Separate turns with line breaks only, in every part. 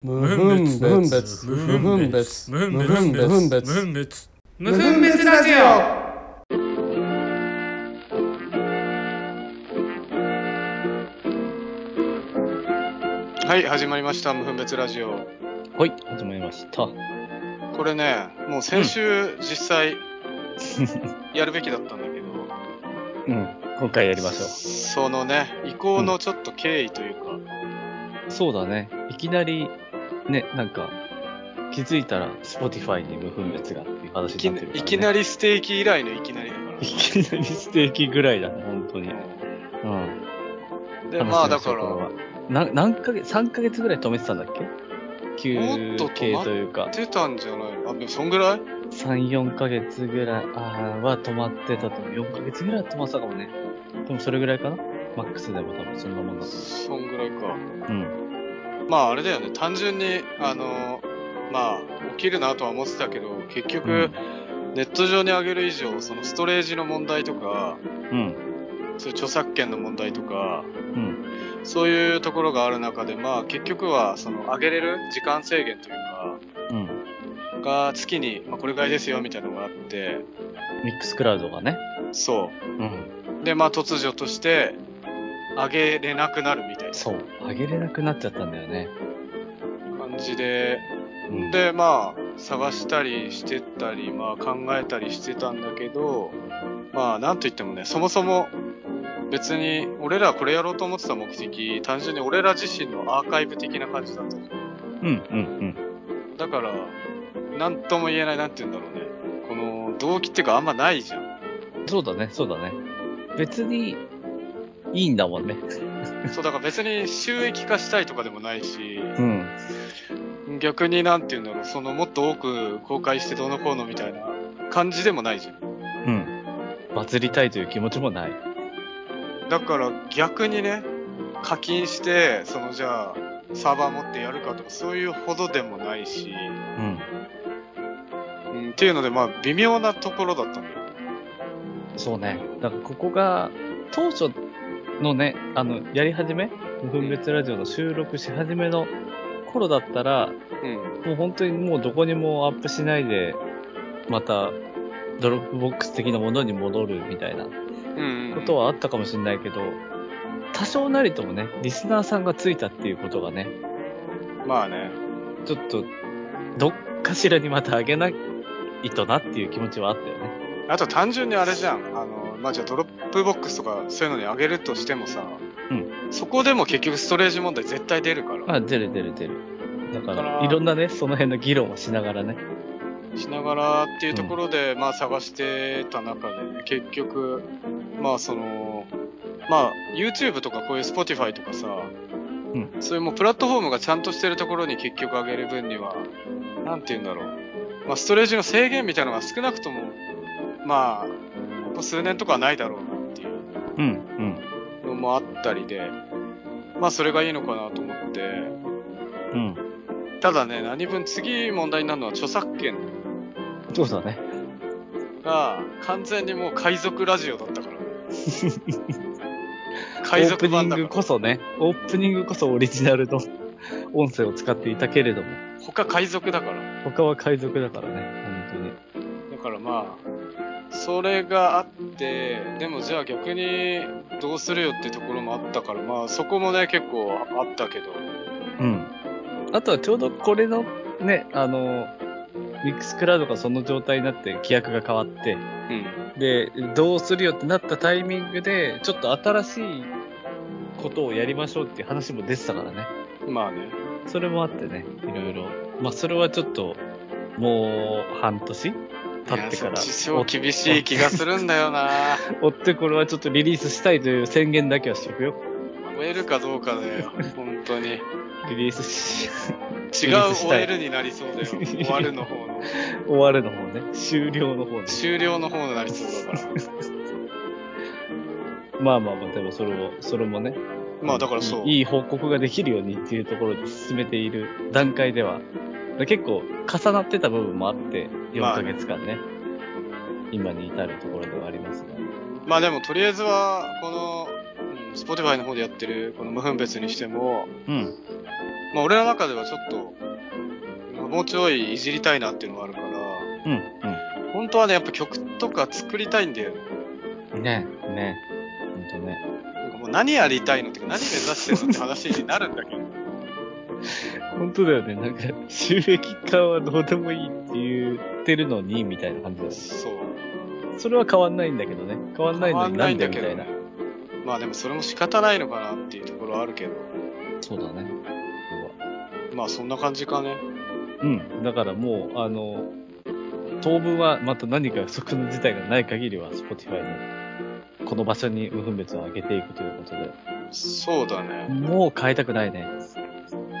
無
無
分
分
別
別
無分別
無
無
分
分
別
別
無分別
無分別
無分別
無分別ラジオ
はい、始まりました。無分別ラジオ。
はい、始まりました。
これね、もう先週実 際やるべきだったんだけど、
うん、今回やりましょ
そのね、移行のちょっと経緯というか、
う。そうだね。いきなり、ね、なんか、気づいたら、Spotify に無分別がっていう話
いき
になってるか
い
ら、ね。
きなりステーキ以来のいきなりだから
いきなりステーキぐらいだね、本当に。うん。。
で、まあだ
楽し
か
みで
ら、
すよこ
や
れはな何ヶ月、3ヶ月ぐらい止めてたんだっけ休
もっと止ま
憩というか
っ、てたんじゃないのあ、でもそんぐらい
3、4ヶ月ぐらいあーは止まってたと思う。4ヶ月ぐらいは止まってたかもね。でもそれぐらいかなマックスでも多分そんなもんだと
そんぐらいか。
思う。
まああれだよね、単純に、あの、まあ、起きるなとは思ってたけど、結
うん。
局、ネット上に上げる以上、そのストレージの問題とか、
うん。
そういう著作権の問題とか、
うん。
そういうところがある中で、まあ結局はその上げれる時間制限という
うん。
か、が月に、まあ、これぐらいですよみたいなのがあって、
ミックスクラウドがね。
そ
うん。
う。で、まあ突如として上げれなくなるみたい
そう。上げれなくなっちゃったんだよね。
な感じで、
うん、
で、まあ探したりしてたり、まあ考えたりしてたんだけど、まあなんといってもね、そもそも別に俺らこれやろうと思ってた目的、単純に俺ら自身のアーカイブ的な感じだったじゃん
うん、うん、
だから、なんとも言えない、なんて言うんだろうね。この、動機っていうかあんまないじゃん。
うん。そうだね、そうだね。別に、いいんだもんね。
そう、だから別に収益化したいとかでもないし、
うん。
逆になんて言うんだろう、その、もっと多く公開してどうのこうのみたいな感じでもないじゃん。
うん。バズりたいという気持ちもない。
だから逆にね、課金して、そのじゃあ、サーバー持ってやるかとか、そういうほどでもないし、
うん。
うん、っていうので、まあ、微妙なところだったんだよ。
そうね。だからここが、当初のね、あの、やり始め、無分別ラジオの収録し始めの頃だったら、
うん。
もう本当にもうどこにもアップしないで、また、ドロップボックス的なものに戻るみたいな
うん、
ことはあったかもしれないけど、多少なりともね、リスナーさんがついたっていうことがね、
まあね。
ちょっと、どっかしらにまたあげないとなっていう気持ちはあったよね。
あと単純にあれじゃん。あの、まあ、じゃあドロップボックスとかそういうのに上げるとしてもさ、
うん
そこでも結局ストレージ問題絶対出るから、
あ、出る出る出る。だか
だから
ら、いろんなね、その辺の議論をしながらね。
しながらっていうところで、まあ探してた中で、ね、結局、まあその、まあ YouTube とかこういう Spotify とかさ、
ん
そういうもうプラットフォームがちゃんとしてるところに結局上げる分には、なんて言うんだろう。まあストレージの制限みたいなのが少なくとも、まあ、ここ数年とかはないだろうなっていう。
うん、
のもあったりで、まあそれがいいのかなと思って、
うん、うん。
ただね、何分次問題になるのは著作権
そうだね。
が完全にもう海賊ラジオだった から。海
オー
賊
プニン
版だから。
グこそね、オープニングこそオリジナルの音声を使っていたけれども、
他海賊だから。
他は海賊だからね、本
だからまあ、それがあって、でもじゃあ逆にどうするよってところもあったから、まあそこもね、結構あったけど。
当に。うん。あとはちょうどこれのね、あの、ミックスクラウドがその状態になって規約が変わって、
うん。
で、どうするよってなったタイミングで、ちょっと新しいことをやりましょうっていう話も出てたからね。
まあね。
それもあってね、いろいろ。まあ、それはちょっと、もう半年経ってから
いやそち超厳しい気がするんだよな
追ってこれはちょっとリリースしたいという宣言だけはしとくよ。
終えるかどうかだよ。本当に。
リリースし、
違う OL になりそうだよ。終わるの方の。
終わるの方ね。終了の方ね。
終了の方になりそうだ から。
まあまあまあ、でもそれも、それもね。
まあだからそう。
いいいい報告ができるようにっていうところで進めている段階では、結構重なってた部分もあって、
ま
4
あ
ヶ
ね
月間ね。今に至るところではありますが。
まあでもとりあえずは、この、うん Spotify の方でやってる、この無分別にしても、
うん。
まあ、俺の中ではちょっと、まあもうちょいいじりたいなっていうのがあるから、
うん、
本当はね、やっぱ曲とか作りたいんだよね。
うん。ねねほんとね。
なんかもう何やりたいのってか、何目指してるのって話になるんだけど。
ほんとだよね。なんか、収益化はどうでもいいって言ってるのに、みたいな感じだし。
そう。
それは変わんないんだけどね。変わんないのになんでみたいな。
ね。まあでもそれも仕方ないのかなっていうところはあるけど、
そうだね。
まあそんな感じかね。
うん。だからもう、あの、当分はまた何か不測の事態がない限りは、Spotify に、この場所に無分別を上げていくということで、
そうだね。
もう変えたくないね。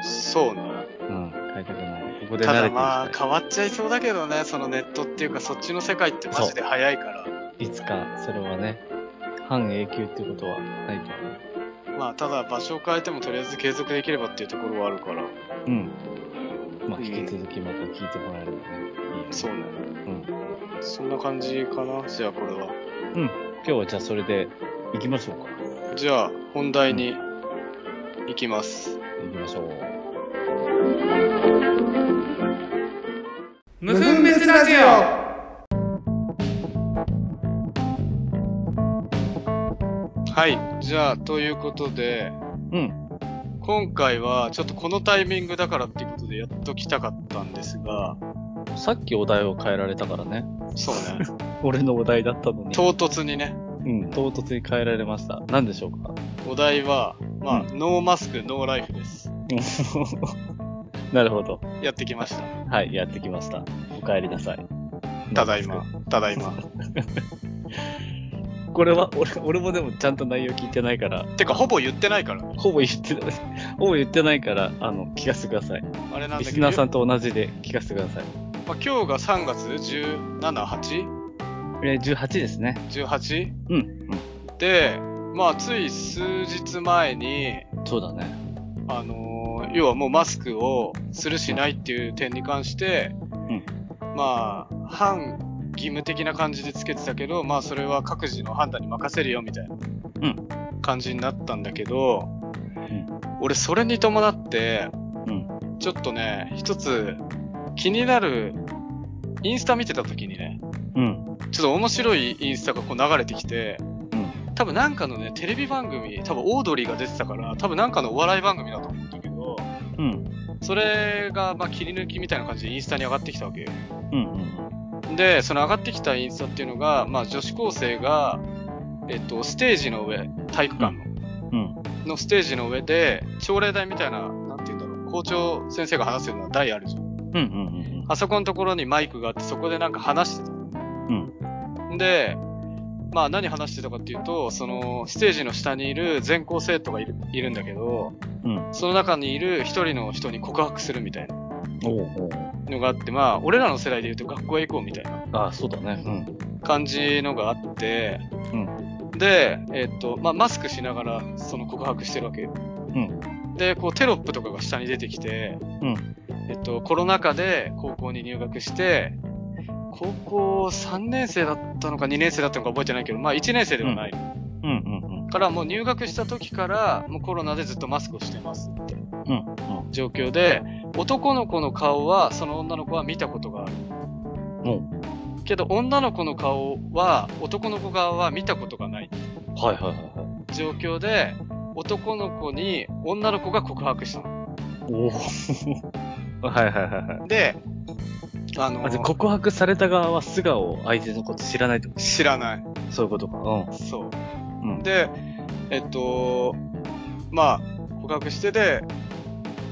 そうね。
うん、変えたくない。ここで
た
慣れ
だ
ていき
まあ
た
変わっちゃいそうだけどね、そのネットっていうかそっちの世界ってマジで早いから。
い。いつか、それはね、半永久っていうことはないとは思
まあただ場所を変えてもとりあえず継続できればっていうところはあるから。
う。うん。まあ、
うん
引き続きまた聞いてもらえればね。いいよ
そうね。
うん。
そんな感じかな、じゃあこれは。
今日はじゃあそれで、行きましょうか。
じゃあ本題に行きます。
行きましょう。
無分別ラジオ
はい。じゃあ、ということで、
うん。
今回はちょっとこのタイミングだからっていうことでやっと来たかったんですが、
さっきお題を変えられたからね。
そうね。
俺のお題だったのに。
唐突にね、
うん、唐突に変えられました。何でしょうか
お題は、まあ、
う
ノーマスク、ノーライフです。
なるほど。
やってきました。
はい、やってきました。お帰りなさい。
ただいま。ただいま。
これは、俺、俺もでもちゃんと内容聞いてないから、
てか、ほぼ言ってないから。
ほぼ言ってない、ほぼ言ってないから、あの、聞かせてください。
あれなん
リ
だ
ス
けど、
ナーさんと同じで聞かせてください。
まあ、今日が3月17、
えー、18ですね。
8?18?
うん。うん、
で、まあ、つい数日前に、
そうだね。
あのー要はもうマスクをするしないっていう点に関して、
ん
まあ、反義務的な感じでつけてたけど、まあそれは各自の判断に任せるよみたいな感じになったんだけど、
ん
俺それに伴って、
うん。
ちょっとね、一つ気になるインスタ見てた時にね、
うん。
ちょっと面白いインスタがこう流れてきて、
うん
多分なんかのね、テレビ番組、多分オードリーが出てたから、多分なんかのお笑い番組だと思うんだけど、
うん。
それが、まあ、切り抜きみたいな感じでインスタに上がってきたわけよ。
うん。うん。
で、その上がってきたインスタっていうのが、まあ、女子高生が、えっと、ステージの上、体育館の
うん。
のステージの上で、朝礼台みたいな、なんて言うんだろう、校長先生が話すような台あるじゃん。
うん。うん。
あそこのところにマイクがあって、そこでなんか話してた。うん。で、まあ、何話してたかっていうと、その、ステージの下にいる全校生徒がいるいるんだけど、
うん。
その中にいる一人の人に告白するみたいな。
おうおう
のがあって、まあ、俺らの世代で言うと学校へ行こうみたいな
あ、そうだね。うん。
感じのがあって、で、えっと、まあ、マスクしながら、その告白してるわけよ。で、こう、テロップとかが下に出てきて、
うん
えっと、コロナ禍で高校に入学して、高校3年生だったのか2年生だったのか覚えてないけど、まあ1年生ではない。
うんうんうん
からもう入学した時から、もうコロナでずっとマスクをしてますって
うん
状況で、男の子の顔は、その女の子は見たことがある。
うん
けど女の子の顔は男の子側は見たことがない
うんはいはいはいは
状況で男の子に女の子が告白したの。
いおおはいはいはいはい
で、あの
あじゃあ告白された側は素顔を相手のこと知らないってこ
知らない。
とそういうことかう
そう。
うん
で、えっと、まあ、告白してで、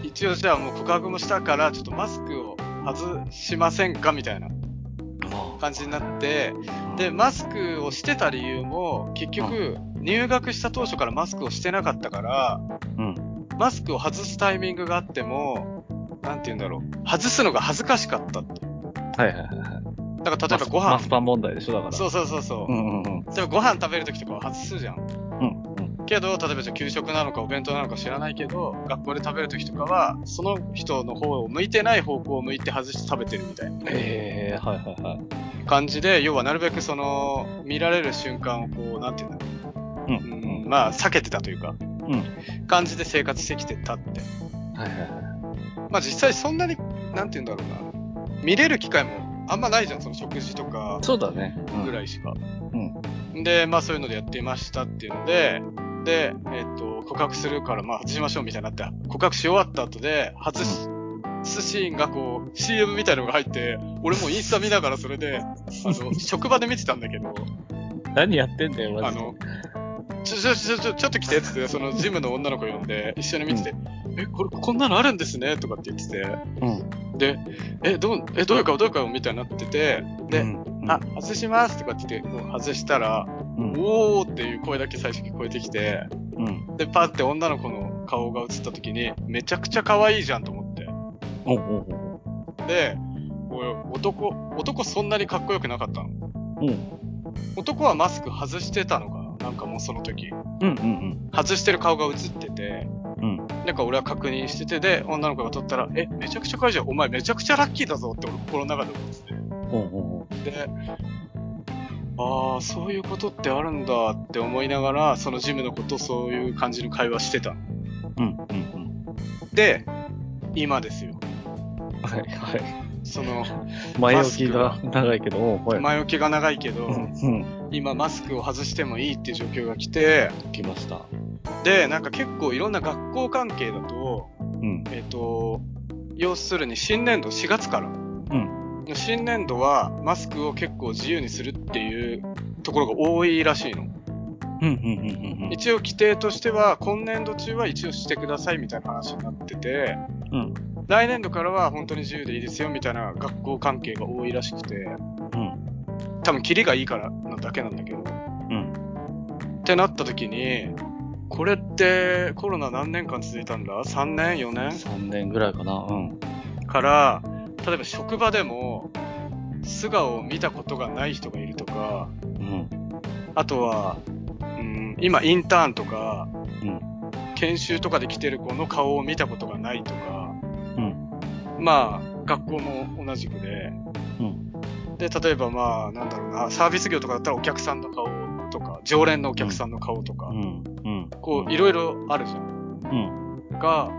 一応じゃあもう告白もしたから、ちょっとマスクを外しませんかみたいなん感じになって、で、
で
マスクをしてた理由も、結局、入学した当初からマスクをしてなかったから、
うん
マスクを外すタイミングがあっても、なんて言うんだろう。外すのが恥ずかしかったって。
はいはいはいはい
だから例えばご
マ
飯
ス。パン問題でしょだから
そうそうそうそう
う。んうんうん
例えばご飯食べるときとかは外すじゃん。
うんうん
けど、例えばじゃあ給食なのかお弁当なのか知らないけど、学校で食べるときとかは、その人の方を向いてない方向を向いて外して食べてるみたいな
ええはいはいはい
感じで、要はなるべくその、見られる瞬間をこう、なんて言うんだろ
うん
う。うん、まあ、避けてたというか、
うん
感じで生活してきてたって。
はいはいはい
まあ実際そんなに、なんて言うんだろうな。見れる機会もあんまないじゃん、その食事とか
そうだね。
ぐらいしか。
うん。
で、まあそういうのでやっていましたっていうので、で、えっ、と、告白するから、まあ外しましょうみたいになって、告白し終わった後で、外し、すシーンがこう、CM みたいのが入って、俺もうインスタ見ながらそれで、あの、職場で見てたんだけど、
何やってんだよ、マ
あ
ジで。
の、ちょ、ちょ、ちょ、ちょ、ちょっと来てっつって、そのジムの女の子呼んで、一緒に見てて、え、これ、こんなのあるんですねとかって言って
うん。
て、で、え、どう、え、どういう顔、どういう顔みたいになってて、で、
うん
あ、、外しますとかって言って、もう外したら、
うん。
おーっていう声だけ最初聞こえてきて、
うん。
で、パって女の子の顔が映った時に、めちゃくちゃ可愛いじゃんと思って。
おうおうおう
で、俺、男、男そんなにかっこよくなかったの。
うん。
男はマスク外してたのかななんかもうその時。
うんうん
外してる顔が映ってて、
うん
なんか俺は確認してて、で、女の子が撮ったら、え、めちゃくちゃ可愛いじゃん。お前めちゃくちゃラッキーだぞって俺心の中で思ってて。
うん。おうおうおう
で、ああ、そういうことってあるんだって思いながら、そのジムの子とそういう感じの会話してた。
うんうん
で、今ですよ。
うん。はいはい。
その、
前置きが長いけど、おうはい。
前置きが長いけど、
うんうん。
今マスクを外してもいいっていう状況が来て、
来ました。
で、なんか結構いろんな学校関係だと、
うん。
えっ、と、要するに新年度4月から、
ん
新年度はマスクを結構自由にするっていうところが多いらしいの。
うんうんうん
一応規定としては今年度中は一応してくださいみたいな話になってて
うん。うん。
来年度からは本当に自由でいいですよみたいな学校関係が多いらしくて
うん。
多分キリがいいからなだけなんだけどっ
うん。
てなった時にこれってコロナ何年間続いたんだ ?3 年 ?4 年
3年ぐらいかな。うん。
から例えば職場でも素顔を見たことがない人がいるとか
うん。
あとは、うん、今インターンとか、
うん
研修とかで来てる子の顔を見たことがないとか、
うん
まあ学校も同じくで、
うん
で例えばまあなんだろうなサービス業とかだったらお客さんの顔とか常連のお客さんの顔とか、
うん。うん。
こういろいろあるじゃん。
うん。
が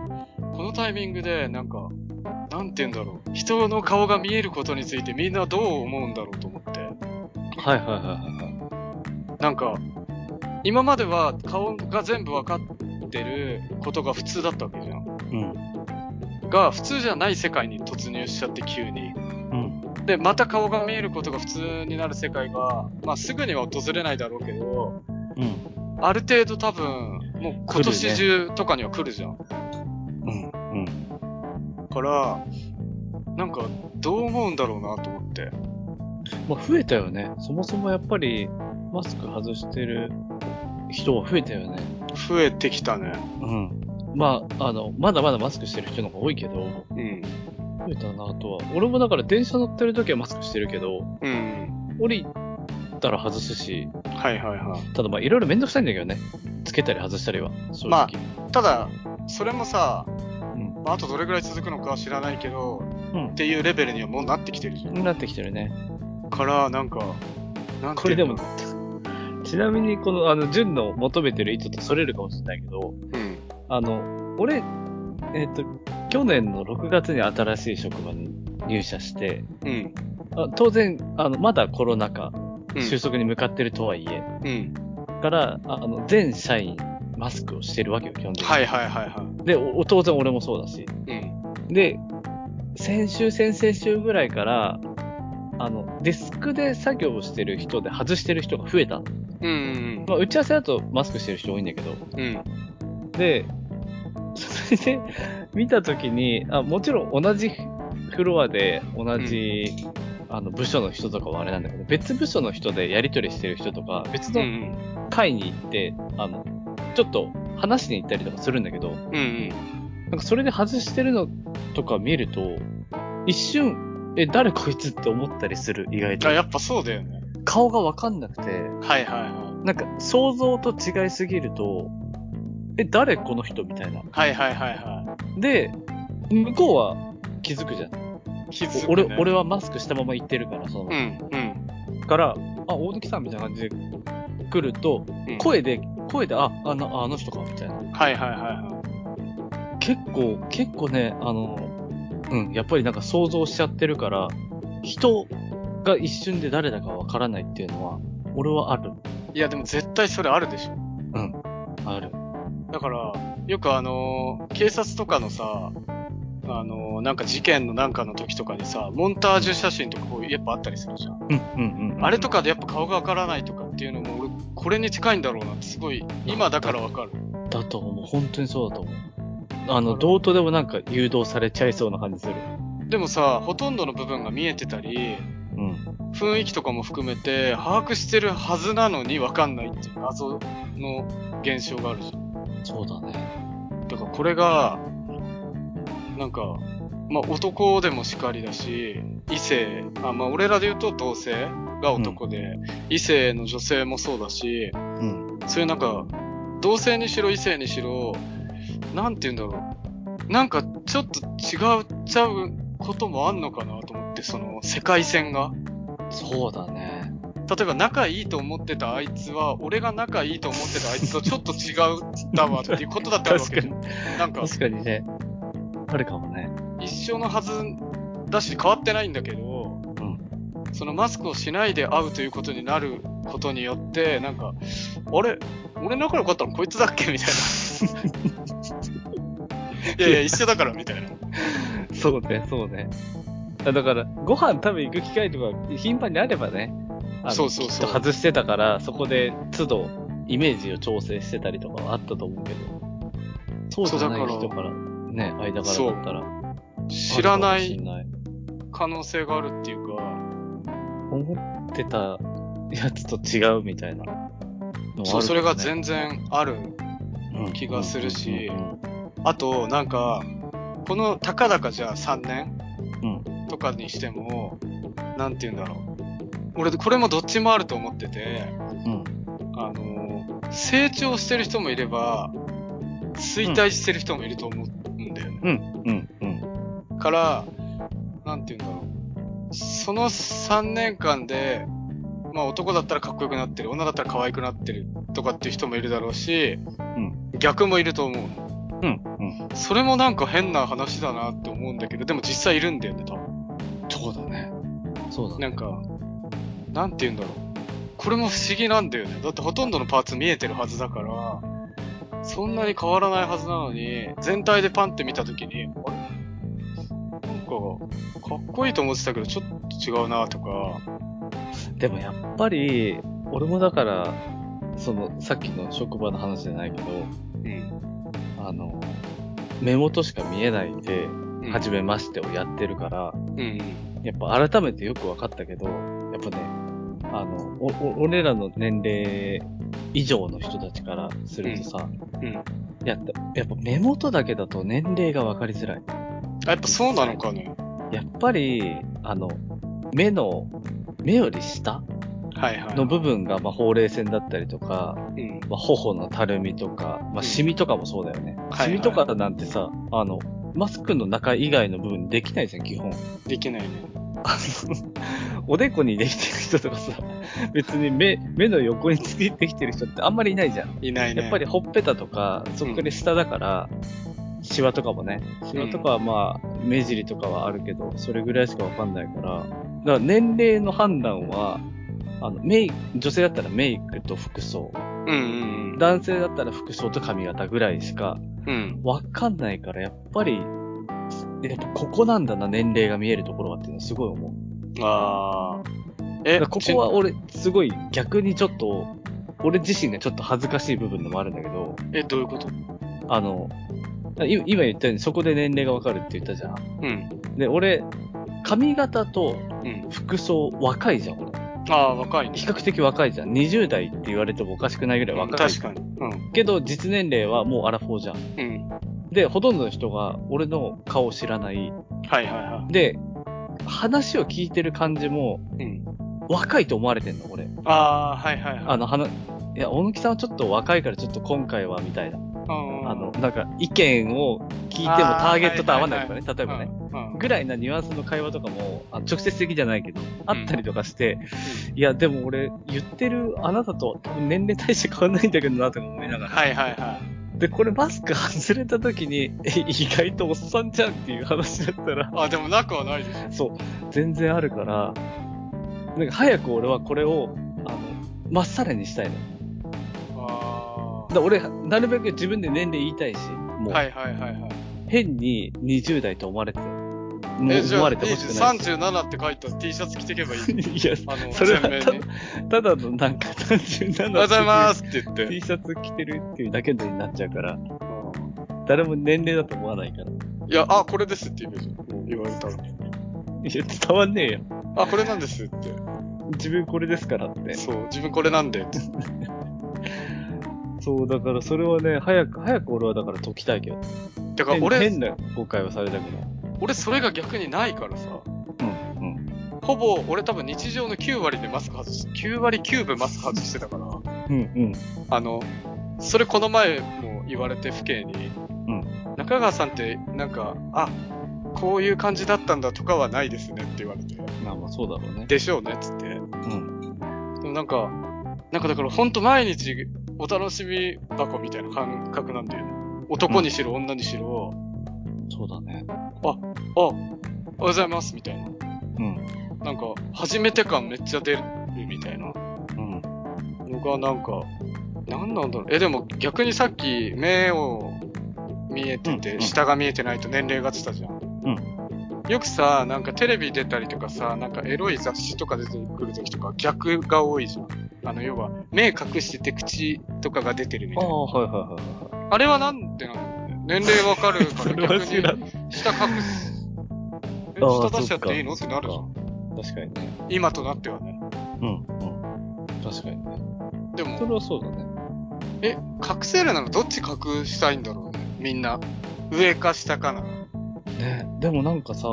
このタイミングでなんかなんて言うんだろう人の顔が見えることについてみんなどう思うんだろうと思って。
はいはいはいはいはい。
なんか、今までは顔が全部わかってることが普通だったわけじゃん。
うん。
が、普通じゃない世界に突入しちゃって急に。
うん。
で、また顔が見えることが普通になる世界が、まあすぐには訪れないだろうけど、
うん。
ある程度多分、もう今年中とかには来るじゃん。
うん。うん。
から、なんか、どう思うんだろうなと思って。
まあ、増えたよね。そもそもやっぱり、マスク外してる人は増えたよね。
増えてきたね。
うん。まあ、あの、まだまだマスクしてる人の方が多いけど、
うん。
増えたなとは。俺もだから電車乗ってる時はマスクしてるけど、
うん。
降りたら外すし、
はいはいはい。
ただまあいろいろめんどくさいんだけどね。つけたり外したりは、正直。
まあただ、それもさ、
うん
まああとどれぐらい続くのかは知らないけど、
うん
っていうレベルにはもうなってきてるじゃん。
なってきてるね。
から、なんか、なん
こ
てい
れ
う
で
の
も、ちなみにこの、あの、純の求めてる意図とそれるかもしれないけど、
うん。
あの、俺、えっ、と、去年の6月に新しい職場に入社して、
うん。
あ当然、あの、まだコロナ禍、
うん
収束に向かってるとはいえ、
うん。
から、ああの、全社員、マスクをしてるわけよ、基本的に。
はいはいはいは
で、お当然俺もそうだし。
い。うん。
で、先週、先々週ぐらいから、あの、デスクで作業をしてる人で外してる人が増えたの。
うん
まあ、打ち合わせだとマスクしてる人多いんだけど。
うん。うん。
で、それで見たときにあ、もちろん同じフロアで同じ、あの部署の人とかはあれなんだけど、別部署の人でやり取りしてる人とか、
う
別の
ん。
会に行って、あの、ちょっと話しに行ったりとかするんだけど、
うん。
なんかそれで外してるのとか見ると、一瞬、え、誰こいつって思ったりする、意外
あ、
と。
やっぱそうだよね。
顔がわかんなくて、
はいはいは
なんか想像と違いすぎると、え、誰この人みたいな。
い。はいはいはいは
で、向こうは気づくじゃん。
い。気づく、ね。
俺、俺はマスクしたまま行ってるから、その、
うん。うん。
から、あ、大貫さんみたいな感じで来ると、
うん。
声で、声で、あ、あの、ああの人か、みたいな。
はいはいはいは
結構、結構ね、あの、うん、やっぱりなんか想像しちゃってるから、人が一瞬で誰だかわからないっていうのは、俺はある。
いや、でも絶対それあるでしょ。
ある。
だから、よくあのー警察とかのさ、あのーなんか事件のなんかの時とかにさ、モンタージュ写真とかこうやっぱあったりするじゃん。
うん、うん、うん。
あれとかでやっぱ顔がわからないとかっていうのも、俺、これに近いんだろうなってすごい、今だからわかる。
だと思う。本当にそうだと思う。あの、どうとでもなんか誘導されちゃいそうな感じする。
でもさ、ほとんどの部分が見えてたり、
うん。
雰囲気とかも含めて把握してるはずなのにわかんないっていう謎の現象があるじゃん。
そうだね。
だからこれが、なんか、まあ男でもしかりだし、異性、あまあ俺らで言うと同性が男で、異性の女性もそうだし、
うん。
そういうなんか、同性にしろ異性にしろ、なんて言うんだろう。なんかちょっと違っちゃうこともあんのかなと思って、その世界線が。
そうだね。
例えば仲いいと思ってたあいつは、俺が仲いいと思ってたあいつとちょっと違うだわっていうことだってあるわけじゃん。なんか、
確かにね。あるかもね。
一緒のはずだし変わってないんだけど、そのマスクをしないで会うということになることによってなんかあれ俺仲良かったのこいつだっけみたい ないやいや一緒だからみたいな
そうね、そうね。あだから、ご飯食べ行く機会とか頻繁にあればね、あの
そうそうそう
きっと外してたから、そこで都度イメージを調整してたりとかはあったと思うけど、そうじゃない
そう
人
だか
から、ね、間柄だったら、
知らな
ある
い
かもしれない
可能性があるっていうか
思ってたやつと違うみたいなのはあるかもね。
そうそれが全然ある
うん
気がするし
うんうん
あとなんかこのたかだかじゃあ3年
うん
とかにしてもなんて言うんだろう俺これもどっちもあると思ってて
うん
あの成長してる人もいれば衰退してる人もいると思うんだよね、
うんうん
からなんて言うんだろうその3年間で、まあ、男だったらかっこよくなってる女だったら可愛くなってるとかっていう人もいるだろうし、
ん
逆もいると思う
うんうん
それもなんか変な話だなって思うんだけどでも実際いるんだよね多分
そうだねそうだね
なんかなんて言うんだろうこれも不思議なんだよねだってほとんどのパーツ見えてるはずだからそんなに変わらないはずなのに全体でパンって見た時にあれなんかかっこいいと思ってたけどちょっと違うなとか
でもやっぱり、俺もだから、その、さっきの職場の話じゃないけど、
うん、
あの、目元しか見えないで、
うん、
初めましてをやってるから、
うん
やっぱ改めてよく分かったけど、やっぱね、あの、おお俺らの年齢以上の人たちからするとさ、
うんうん
やっぱやっぱ目元だけだと年齢が分かりづらい。
あやっぱそうなのかね
やっぱり、あの、目の、目より下
はいはい
の部分が、まあ、ほうれい線だったりとか、
うん
まあ、頬のたるみとか、ま
ん
あ、シミとかもそうだよね。
はい
シミとかなんてさ、あの、マスクの中以外の部分できないじゃん、基本。
できないね
あの、おでこにできてる人とかさ、 別に目、目の横についてきてる人ってあんまりいないじゃん。
いないね
やっぱりほっぺたとか、そっくり下だから、シワとかもね。シワとかはまあ、目尻とかはあるけど、それぐらいしかわかんないから、だから年齢の判断は、あの、メイク、女性だったらメイクと服装。
うんうん
男性だったら服装と髪型ぐらいしか
うんうん
わかんないから、やっぱり、やっぱここなんだな、年齢が見えるところはっていうのはすごい思う。
あーえ
だからここは俺、すごい逆にちょっと、俺自身がちょっと恥ずかしい部分でもあるんだけど、
えどういうこと
あの、い今言ったようにそこで年齢がわかるって言ったじゃん。
うん
で、俺、髪型と
うん
服装若いじゃん、俺。
ああ若いね
比較的若いじゃん。20代って言われてもおかしくないぐらい
うん
若い。
確かにうん
けど、実年齢はもうアラフォーじゃん。
うん
で、ほとんどの人が俺の顔を知らない。
はいはいは
で、話を聞いてる感じも
いうん
若いと思われてんの、俺。
ああ、はいはいはい。
あの、話、いや、大貫さんはちょっと若いからちょっと今回はみたいな。
うん
あの、、なんか意見を聞いてもターゲットと合わないとかね、例えばね。
うんうん
ぐらいなニュアンスの会話とかも、あ直接的じゃないけど、あったりとかして、いや、でも俺、言ってるあなたと年齢大して変わんないんだけどな、とか思いながら。
はいはいは
で、これマスク外れた時に、え、意外とおっさんじゃんっていう話だったら、
あ、でもなくはないです。
全然あるから、なんか早く俺はこれを、あの、まっさらにしたいの。
あ
だから俺、なるべく自分で年齢言いたいし、
ー
もう、
はいはいはいはい。
変に20代と思われて、もう
え、じ
思
ゃあ、
わ
い
れ
い
て
で
ほしく
す
ないし。
37って書いた T シャツ着てけば いい。
いや、
あの、
それは
鮮明に。
ただのなんか37。
おはようございますすって言って。
T シャツ着てるっていうだけでになっちゃうから、誰も年齢だと思わないから。
いや、あ、これですって言うじゃん。言われたら。
いや、伝わんねえよ。
あ、これなんですって。
自分これですからって。
そう、自分これなんでって。
そう、だからそれはね、早く、早く俺はだから解きたいけど。
だから
変
俺、
変な誤解はされたくない。
俺それが逆にないからさ。
うん、
ほぼ、俺多分日常の9割でマスク外して、9割9分マスク外してたから。
うん、うん、
あの、それこの前も言われて、父兄に、
うん
中川さんって、なんか、あ、こういう感じだったんだとかはないですねって言われて、
うん。まあまあ、そうだろうね。
でしょうねっつって。で
うん。
もなんか、なんかだからほんと毎日お楽しみ箱みたいな感覚なんだよね。男にしろ女にしろ、
そうだね。
あ、おはようございますみたいな。
うん、
なんか、初めて感めっちゃ出るみたいな
うん、
のがなんか、なんなんだろう。え、でも逆にさっき目を見えて
うんう
て、
ん
下が見えてないと年齢がってたじゃん。よくさ、なんかテレビ出たりとかさ、なんかエロい雑誌とか出てくるときとか逆が多いじゃん。あの、要は、目隠してて口とかが出てるみ
あ
たいな。
あ、はいはいはいは
あれはなんでなんだろうね。年齢わかる
い。
から逆に
ん。
下隠す。え
ああ
下出しちゃっていいのってなるじゃん。
確かにね。
今となってはね。
うん、うん。確かにね。
で
そ
も、
れはそうだね。
え、隠せるならどっち隠したいんだろうね。みんな。上か下かな。
ね、でもなんかさ、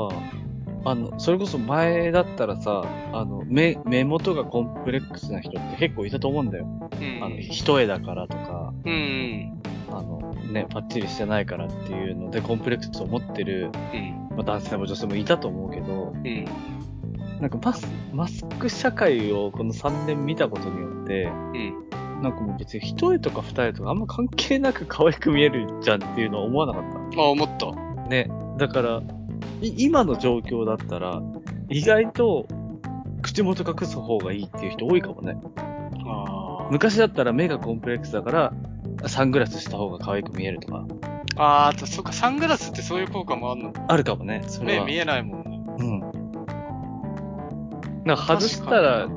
あの、それこそ前だったらさ、あの、目、目元がコンプレックスな人って結構いたと思うんだよ。
うん。
あの、一重だからとか、
うんうん。
あの、ね、パッチリしてないからっていうので、コンプレックスを持ってる、
うん。
まあ、男性も女性もいたと思うけど、
うん。
なんかマス、マスク社会をこの3年見たことによって、
うん。
なんかもう別に一重とか二重とかあんま関係なく可愛く見えるじゃんっていうのは思わなかった。
あ、思った。
ね、だから、い今の状況だったら、意外と口元隠す方がいいっていう人多いかもね。
あ
昔だったら目がコンプレックスだから、サングラスした方が可愛く見えるとか、
あ。ああ、そっか、サングラスってそういう効果もあんの
あるかもね、それ
目
は。
見えないもんね。
うん。なんか外したら、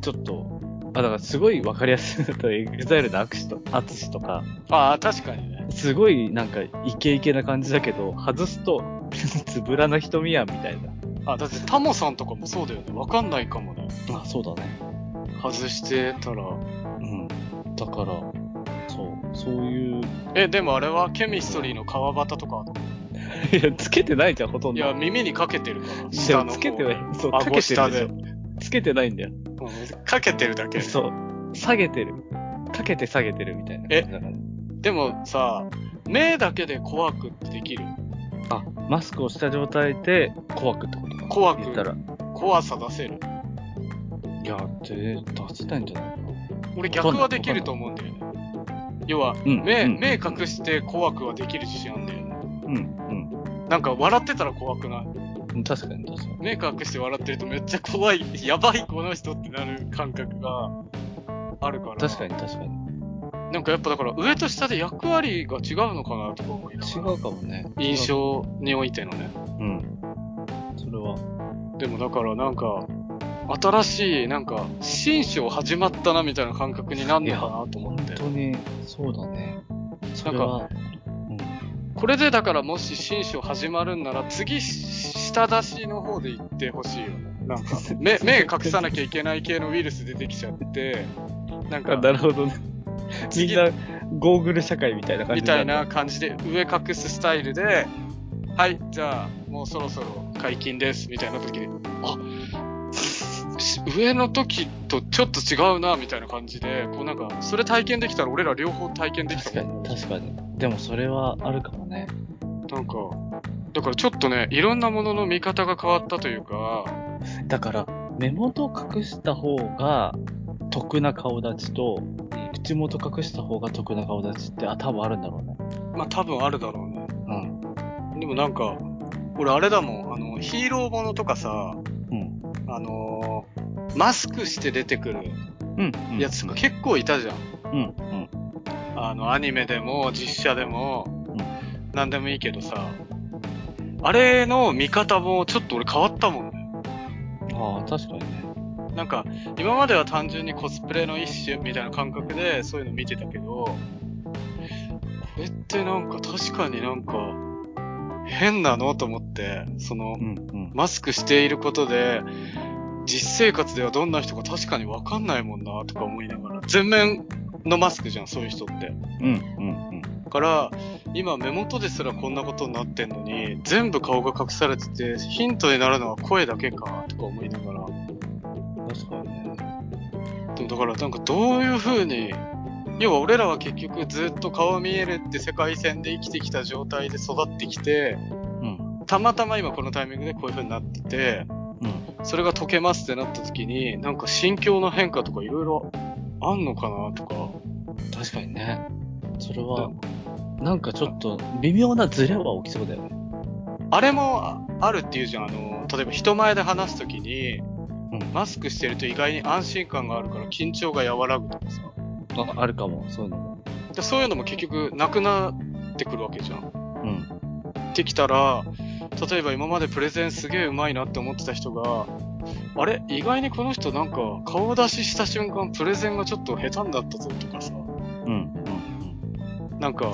ちょっと、あ、だからすごいわかりやすいのだと、エグザイルのアクシと、アツシとか、
ああ、確かにね。
すごいなんかイケイケな感じだけど、外すと、 つぶらな瞳やんみたい
あ、だってタモさんとかもそうだよね。わかんないかもね。
な。あ、そうだね。
外してたら。
うん。だから、そう、そういう。
え、でもあれはケミストリーの川端とか。
いや、つけてないじゃん、ほとん
い
ど。い
や、
や、
耳にかけてるから。下の方。
つけて
う
ない
ん。
そう、
顎
かけて
下
る
で
でしょ。つけてないんだよ。
かけてるだけ。
そう。下げてる。かけて下げてるみたいな感じだから。
でもさ、目だけで怖くってできる。
あ、マスクをした状態で怖くってことか。
怖く
言ったら。
怖さ出せる。
いや、全然出せないんじゃないかな。
俺逆はできると思うんだよね。要は、
うん
目、
うん
目隠して怖くはできる自信あんだよね。
うん、
なんか笑ってたら怖くない
うん。確かに確かに。
目隠して笑ってるとめっちゃ怖い、やばいこの人ってなる感覚があるから。
確かに確かに。
に。なんかやっぱだから上と下で役割が違うのかなとか思いな
違
がら
うかもね。
印。象においてのね。
うん。それは。
でもだからなんか、新しい、なんか、新章始まったなみたいな感覚になんのかなと思
本
って。
当に、そうだね。それは、うん。
これでだからもし新章始まるんなら次、下出しの方で行ってほしいよね。なん か、目、目隠さなきゃいけない系のウイルス出てきちゃって、なんか、
あなるほどね。み
次
んなゴーグル社会みたいな感じ
みたいな感じで、上隠すスタイルで、はい、じゃあ、もうそろそろ解禁です、みたいな時に、あし上の時とちょっと違うな、みたいな感じで、こうなんか、それ体験できたら俺ら両方体験でき
確
た
か
もん
に確かにでもそれはあるかもね
なんか、だからちょっとね、いろんなものの見方が変わったというか、
だから目元を隠した方が得な顔立ちと口元隠した方が得な顔立ちってあ多分あるんだろうね
まあ多分あるだろうね。
うん。
でもなんか、俺あれだもん、あの、ヒーローものとかさ、
うん。
あのーマスクして出てくる
うん。
やつが結構いたじゃん。
うん。うん。
あの、アニメでも、実写でも
うん、
なんでもいいけどさ、あれの見方もちょっと俺変わったもんね。
ああ、確かにね。
なんか、今までは単純にコスプレの一種みたいな感覚でそういうの見てたけど、これってなんか確かになんか、変なのと思って、その、
ん。うん。
マスクしていることで、実生活ではどんな人か確かにわかんないもんなとか思いながら、全面のマスクじゃん、そういう人って。
うん。うん。
だから、今目元ですらこんなことになってんのに、全部顔が隠されてて、ヒントになるのは声だけか、とか思いながら。
うん。確かにね。
でもだからなんかどういう風に、要は俺らは結局ずっと顔見えるって世界線で生きてきた状態で育ってきて、
うん。
たまたま今このタイミングでこういう風になってて、
うん。
それが解けますってなった時に、なんか心境の変化とかいろいろあんのかなとか。
確かにね。それは、なんかちょっと微妙なズレは起きそうだよね。
あれもああるっていうじゃん。あの、例えば人前で話す時に、
うん
マスクしてると意外に安心感があるから緊張が和らぐとかさ。
ああるかも、そういうのも。
でそういうのも結局なくなってくるわけじゃん。
うん。
ってきたら、例えば今までプレゼンすげえうまいなって思ってた人が、あれ意外にこの人なんか顔出しした瞬間プレゼンがちょっと下手になったぞとかさ。
うん。
なんか、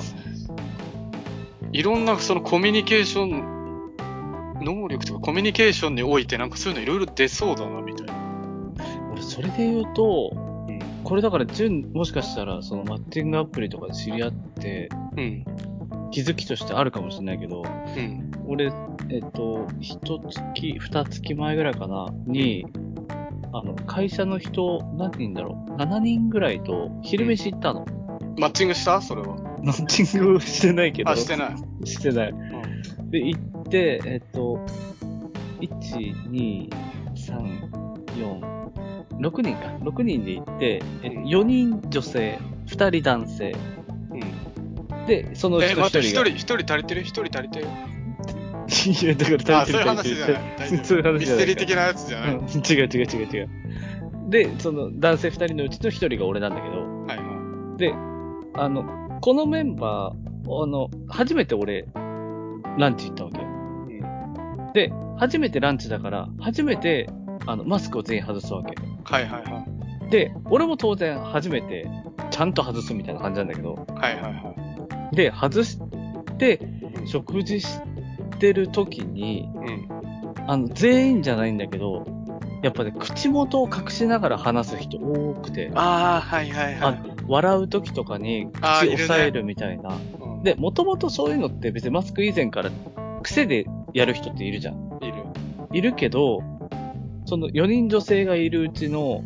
いろんなそのコミュニケーション、能力とかコミュニケーションにおいてなんかそういうのいろいろ出そうだなみたいな。
うん。俺、それで言うと、これだから、純、もしかしたら、そのマッチングアプリとかで知り合って、
うん。
気づきとしてあるかもしれないけど、
うん。
俺、えっと、一月、二月前ぐらいかな、に、あの、会社の人、何人だろう、7人ぐらいと昼飯行ったの。
マッチングしたそれは。
マッチングしてないけど。
あ、してない。
してない。
う
で、行って、えっと、1、2、3、4、6人か。6人で行って、え
うん
4人女性、2人男性。
うん。
で、そのうち
え、
の
待って、一
1
人
人が。、
一人足りてる一人足りてる
いや、だから
あ、
足
そういう
りてる足り
話
て
じ
る
ゃない。大丈夫
そういう話
ミ
じ
ス
ゃな
テ
い
リー的なやつじゃ
う
ない。
ん違う違う違う違う。で、その男性2人のうちの1人が俺なんだけど、
はいはい。
あの、このメンバー、あの、初めて俺、ランチ行ったわけよ。で、初めてランチだから、初めて、あの、マスクを全員外すわけ。
はいはいは
で、俺も当然初めて、ちゃんと外すみたいな感じなんだけど、
い。はいはいは
で、外して、食事してる時に、
い。うん。
あの、全員じゃないんだけど、やっぱね、口元を隠しながら話す人多くて。
ああ、はいはいは
あ
い。
笑う時とかに
あー
口
いるね
押さえるみたいな。
うん
で、もともとそういうのって別にマスク以前から癖でやる人っているじゃん。
いる。
いるけど、その4人女性がいるうちの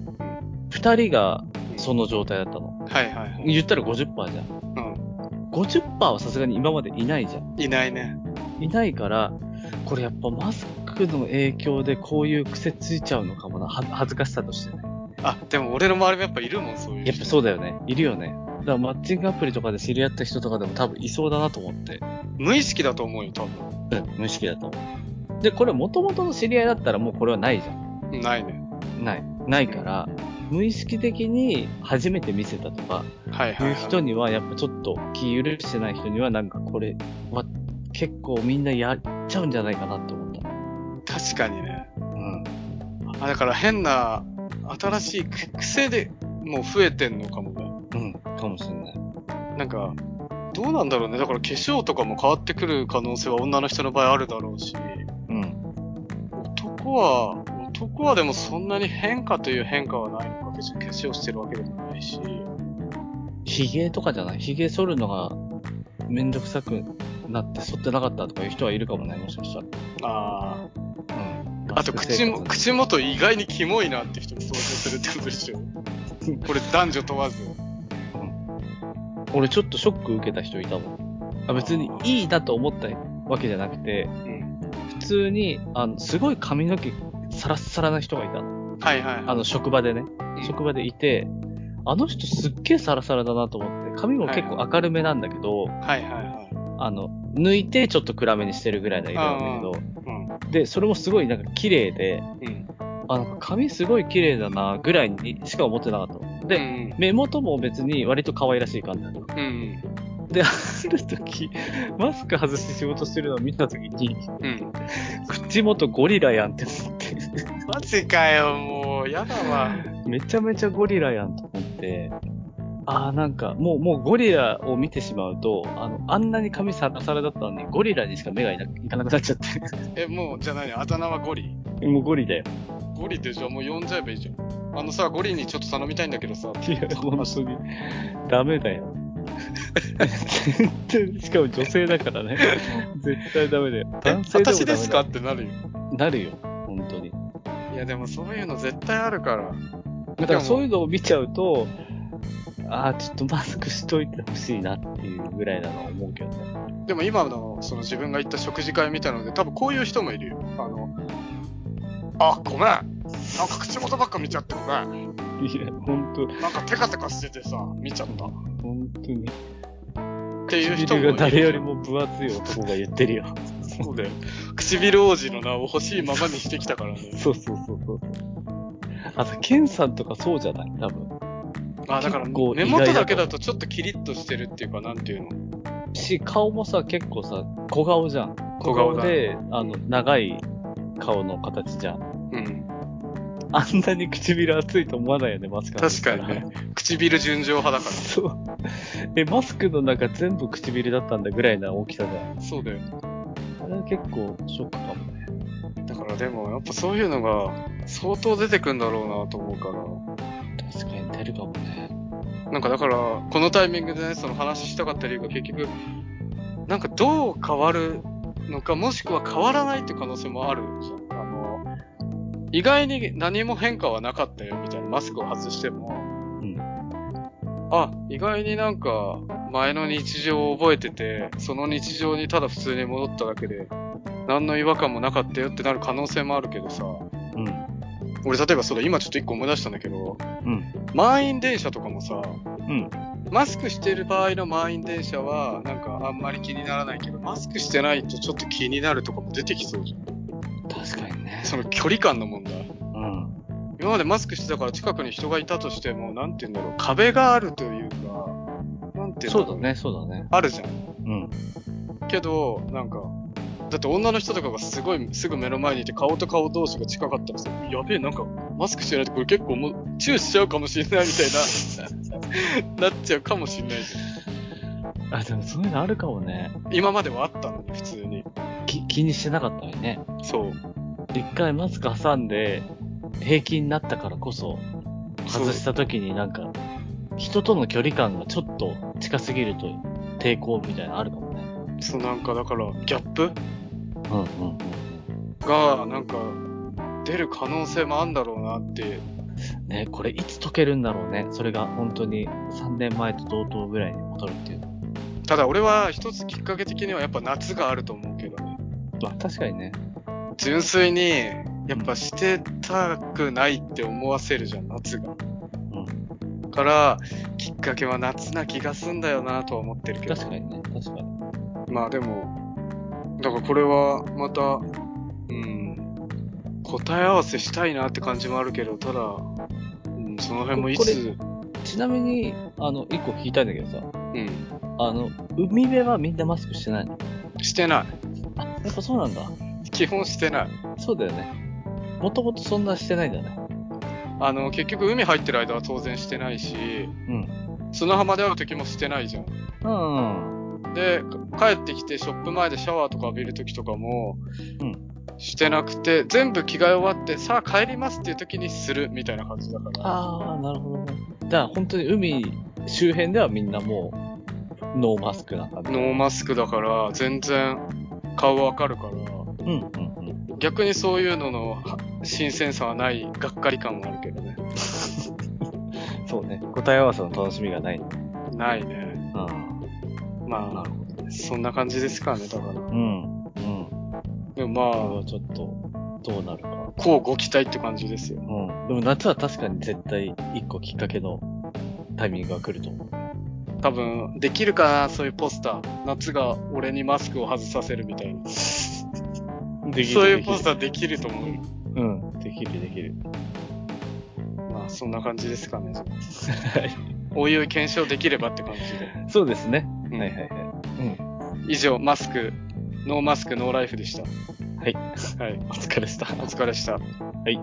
2人がその状態だったの。
はいはいはい。
言ったら50%じゃん。
うん。
50%はさすがに今までいないじゃん。
いないね。
いないから、これやっぱマスクの影響でこういう癖ついちゃうのかもな。は恥ずかしさとしてね。
あ、でも俺の周りもやっぱいるもん、そういう人。
やっぱそうだよね。いるよね。だからマッチングアプリとかで知り合った人とかでも多分いそうだなと思って。
無意識だと思うよ、多分。
うん、無意識だと思う。で、これ元々の知り合いだったらもうこれはないじゃ
ないね。
ん。ない。ないから、無意識的に初めて見せたとか、
はいはいい、
う人
は
にはやっぱちょっと気許してない人にはなんかこれは結構みんなやっちゃうんじゃないかなって思った。
い。確かにね。
うん。
あ、だから変な、新しいく癖でもう増えてんのかも
うん、かもしれない。
ね。なんか、どうなんだろうね。だから化粧とかも変わってくる可能性は女の人の場合あるだろうし、
うん。
男は、男はでもそんなに変化という変化はないのか、別に化粧してるわけでもないし。
髭とかじゃない髭剃るのがめんどくさくなって剃ってなかったとかいう人はいるかもね、もしかしたら。
あ
うん。
あ。あと口も、
マスク生活
口元意外にキモいなって人も想像するってことでしょ。これ男女問わず。
俺ちょっとショック受けた人いたもん。あ別にいいなと思ったわけじゃなくて、
うん。
普通に、あの、すごい髪の毛サラッサラな人がいたの。
はいはいはい。
あの、職場でね
う。ん
職場でいて、あの人すっげえサラサラだなと思って、髪も結構明るめなんだけど、
はいはいはい。
あの、抜いてちょっと暗めにしてるぐらいの色なんだ
うん
けど、で、それもすごいなんか綺麗で、
うん
あ、なんか髪すごい綺麗だな、ぐらいにしか思ってなかった。
う
で、
ん
目元も別に割と可愛らしい感じだった。
うん
で、ある時、マスク外して仕事してるのを見た時に、
うん
口元ゴリラやんって思って、
マジかよもうやだわ
めちゃめちゃゴリラやんと思って、ああ、なんか、もう、もうゴリラを見てしまうと、あの、あんなに髪サラサラだったのに、ゴリラにしか目がいないかなくなっちゃっ
えもうじゃあ何あだ名はゴリ
て。 もうゴリラよ。
ゴリってじゃあもう呼んじゃえばいいじゃんあのさゴリにちょっと頼みたいんだけどさ
いや、本当に。ダメだよ。 全然、しかも女性だからね。絶対ダメだよ。
え
男性でもダメだよ
私ですかってなるよ
なるよ。本当に。
いやでもそういうの絶対あるから
だからそういうのを見ちゃうと、ああ、ちょっとマスクしといてほしいなっていうぐらいなのは思うけどね。
でも今のその自分が行った食事会みたいなので多分こういう人もいるよあのあごめんなんか口元ばっか見ちゃってごめん
いや、本当
なんかテカテカしててさ見ちゃったっ
本当に。
ていう人もいる
唇が誰よりも分厚い男が言ってるよ。
そうだよ唇王子の名を欲しいままにしてきたからね
そうそうそうそう。あと、ケンさんとかそうじゃない多分。
まあだから
結構意
目
外だと
元だけだとちょっとキリッとしてるっていうかなんていうの
し、顔もさ、結構さ、小顔じゃん。
小顔だ
で、あの、長い顔の形じゃん。
うん
あんなに唇厚いと思わないよね、マスク外
確
した
からにね。唇純情派だか
そう。え、マスクの中全部唇だったんだぐらいな大きさじゃん。
らそうだよ
あれは結構ショックかもね。
だからでもやっぱそういうのが相当出てくんだろうなと思うから
確かに出るかもね。
なんかだから、このタイミングでね、その話したかった理由が結局、なんかどう変わるのか、もしくは変わらないって可能性もあるじゃん。あの、意外に何も変化はなかったよみたいな、マスクを外しても、
ん
あ、意外になんか前の日常を覚えてて、その日常にただ普通に戻っただけで、何の違和感もなかったよってなる可能性もあるけどさ、
うん。
俺例えばそうだ、今ちょっと一個思い出したんだけど、
うん
満員電車とかもさ、
うん。
マスクしてる場合の満員電車は、なんかあんまり気にならないけど、マスクしてないとちょっと気になるとかも出てきそうじゃん。
確かにね
その距離感の問題。
うん。
今までマスクしてたから近くに人がいたとしても、なんて言うんだろう、壁があるというか、なんて言うんだろう。
そうだね、そうだね。
あるじゃん。
うん。
けど、なんか、だって女の人とかがすごい、すぐ目の前にいて顔と顔同士が近かったらさ、やべえ、なんかマスクしてないとこれ結構もう、チューしちゃうかもしれないみたいな、なっ ちゃうかもしれないじゃん。
あ、でもそういうのあるかもね。
今まではあったのに、普通に。
き気にしてなかったのにね。
そう。
一回マスク挟んで、平気になったからこそ、
そう
外した時になんか、人との距離感がちょっと近すぎると抵抗みたいなのあるかもね。
そうなんかだからギャップ
うんうん
がなんか出る可能性もあるんだろうなって
うん。ね、これいつ解けるんだろうね。それが本当に3年前と同等ぐらいに戻るっていう。
ただ俺は一つきっかけ的にはやっぱ夏があると思うけどね
まあ確かにね。
純粋にやっぱしてたくないって思わせるじゃん夏がからきっかけは夏な気がすんだよなとは思ってるけど
確かにね、確かに。
まあでもだからこれはまたうん答え合わせしたいなって感じもあるけどただ、うん、その辺もいつ
ちなみに、あの、一個聞いたいんだけどさ、
うん
あの、海辺はみんなマスクしてないの
してな
あ、やっぱそうなんだ。
い基本してない
そうだよね。もともとそんなしてないんだね。
あの結局海入ってる間は当然してないし
うん。
砂浜で会う時もしてないじゃん
うん。
でか帰ってきてショップ前でシャワーとか浴びる時とかも、
うん
してなくて全部着替え終わってさあ帰りますっていう時にするみたいな感じだから
ああ、なるほどね。だから本当に海周辺ではみんなもう、ノーマスクなんだね。
ノーマスクだから全然顔わかるから
うんうんうん。
逆にそういうののは新鮮さはないがっかり感はあるけどね
そうね。答え合わせの楽しみがない。うん。
ないね
な
ま
るほど
あ
ね。
そんな感じですからねだから
うん。うん。こ
で
れ
もまあ
はちょっと、どうなるか。
こうご期待って感じですよ
うん。でも夏は確かに絶対一個きっかけのタイミングが来ると思う。
多分、できるかな、そういうポスター。夏が俺にマスクを外させるみたいな。
できる
そうい
で
う
きる
ポスターできると思
うん、できるできる。
う。まあ、そんな感じですかね。
はい
おいおい検証できればって感じで。
そうですね。
うん
はいはいはい。うん。
以上、マスク、ノーマスク、ノーライフでした。
はい。
はい。
お疲れした。
お疲れした。
はい。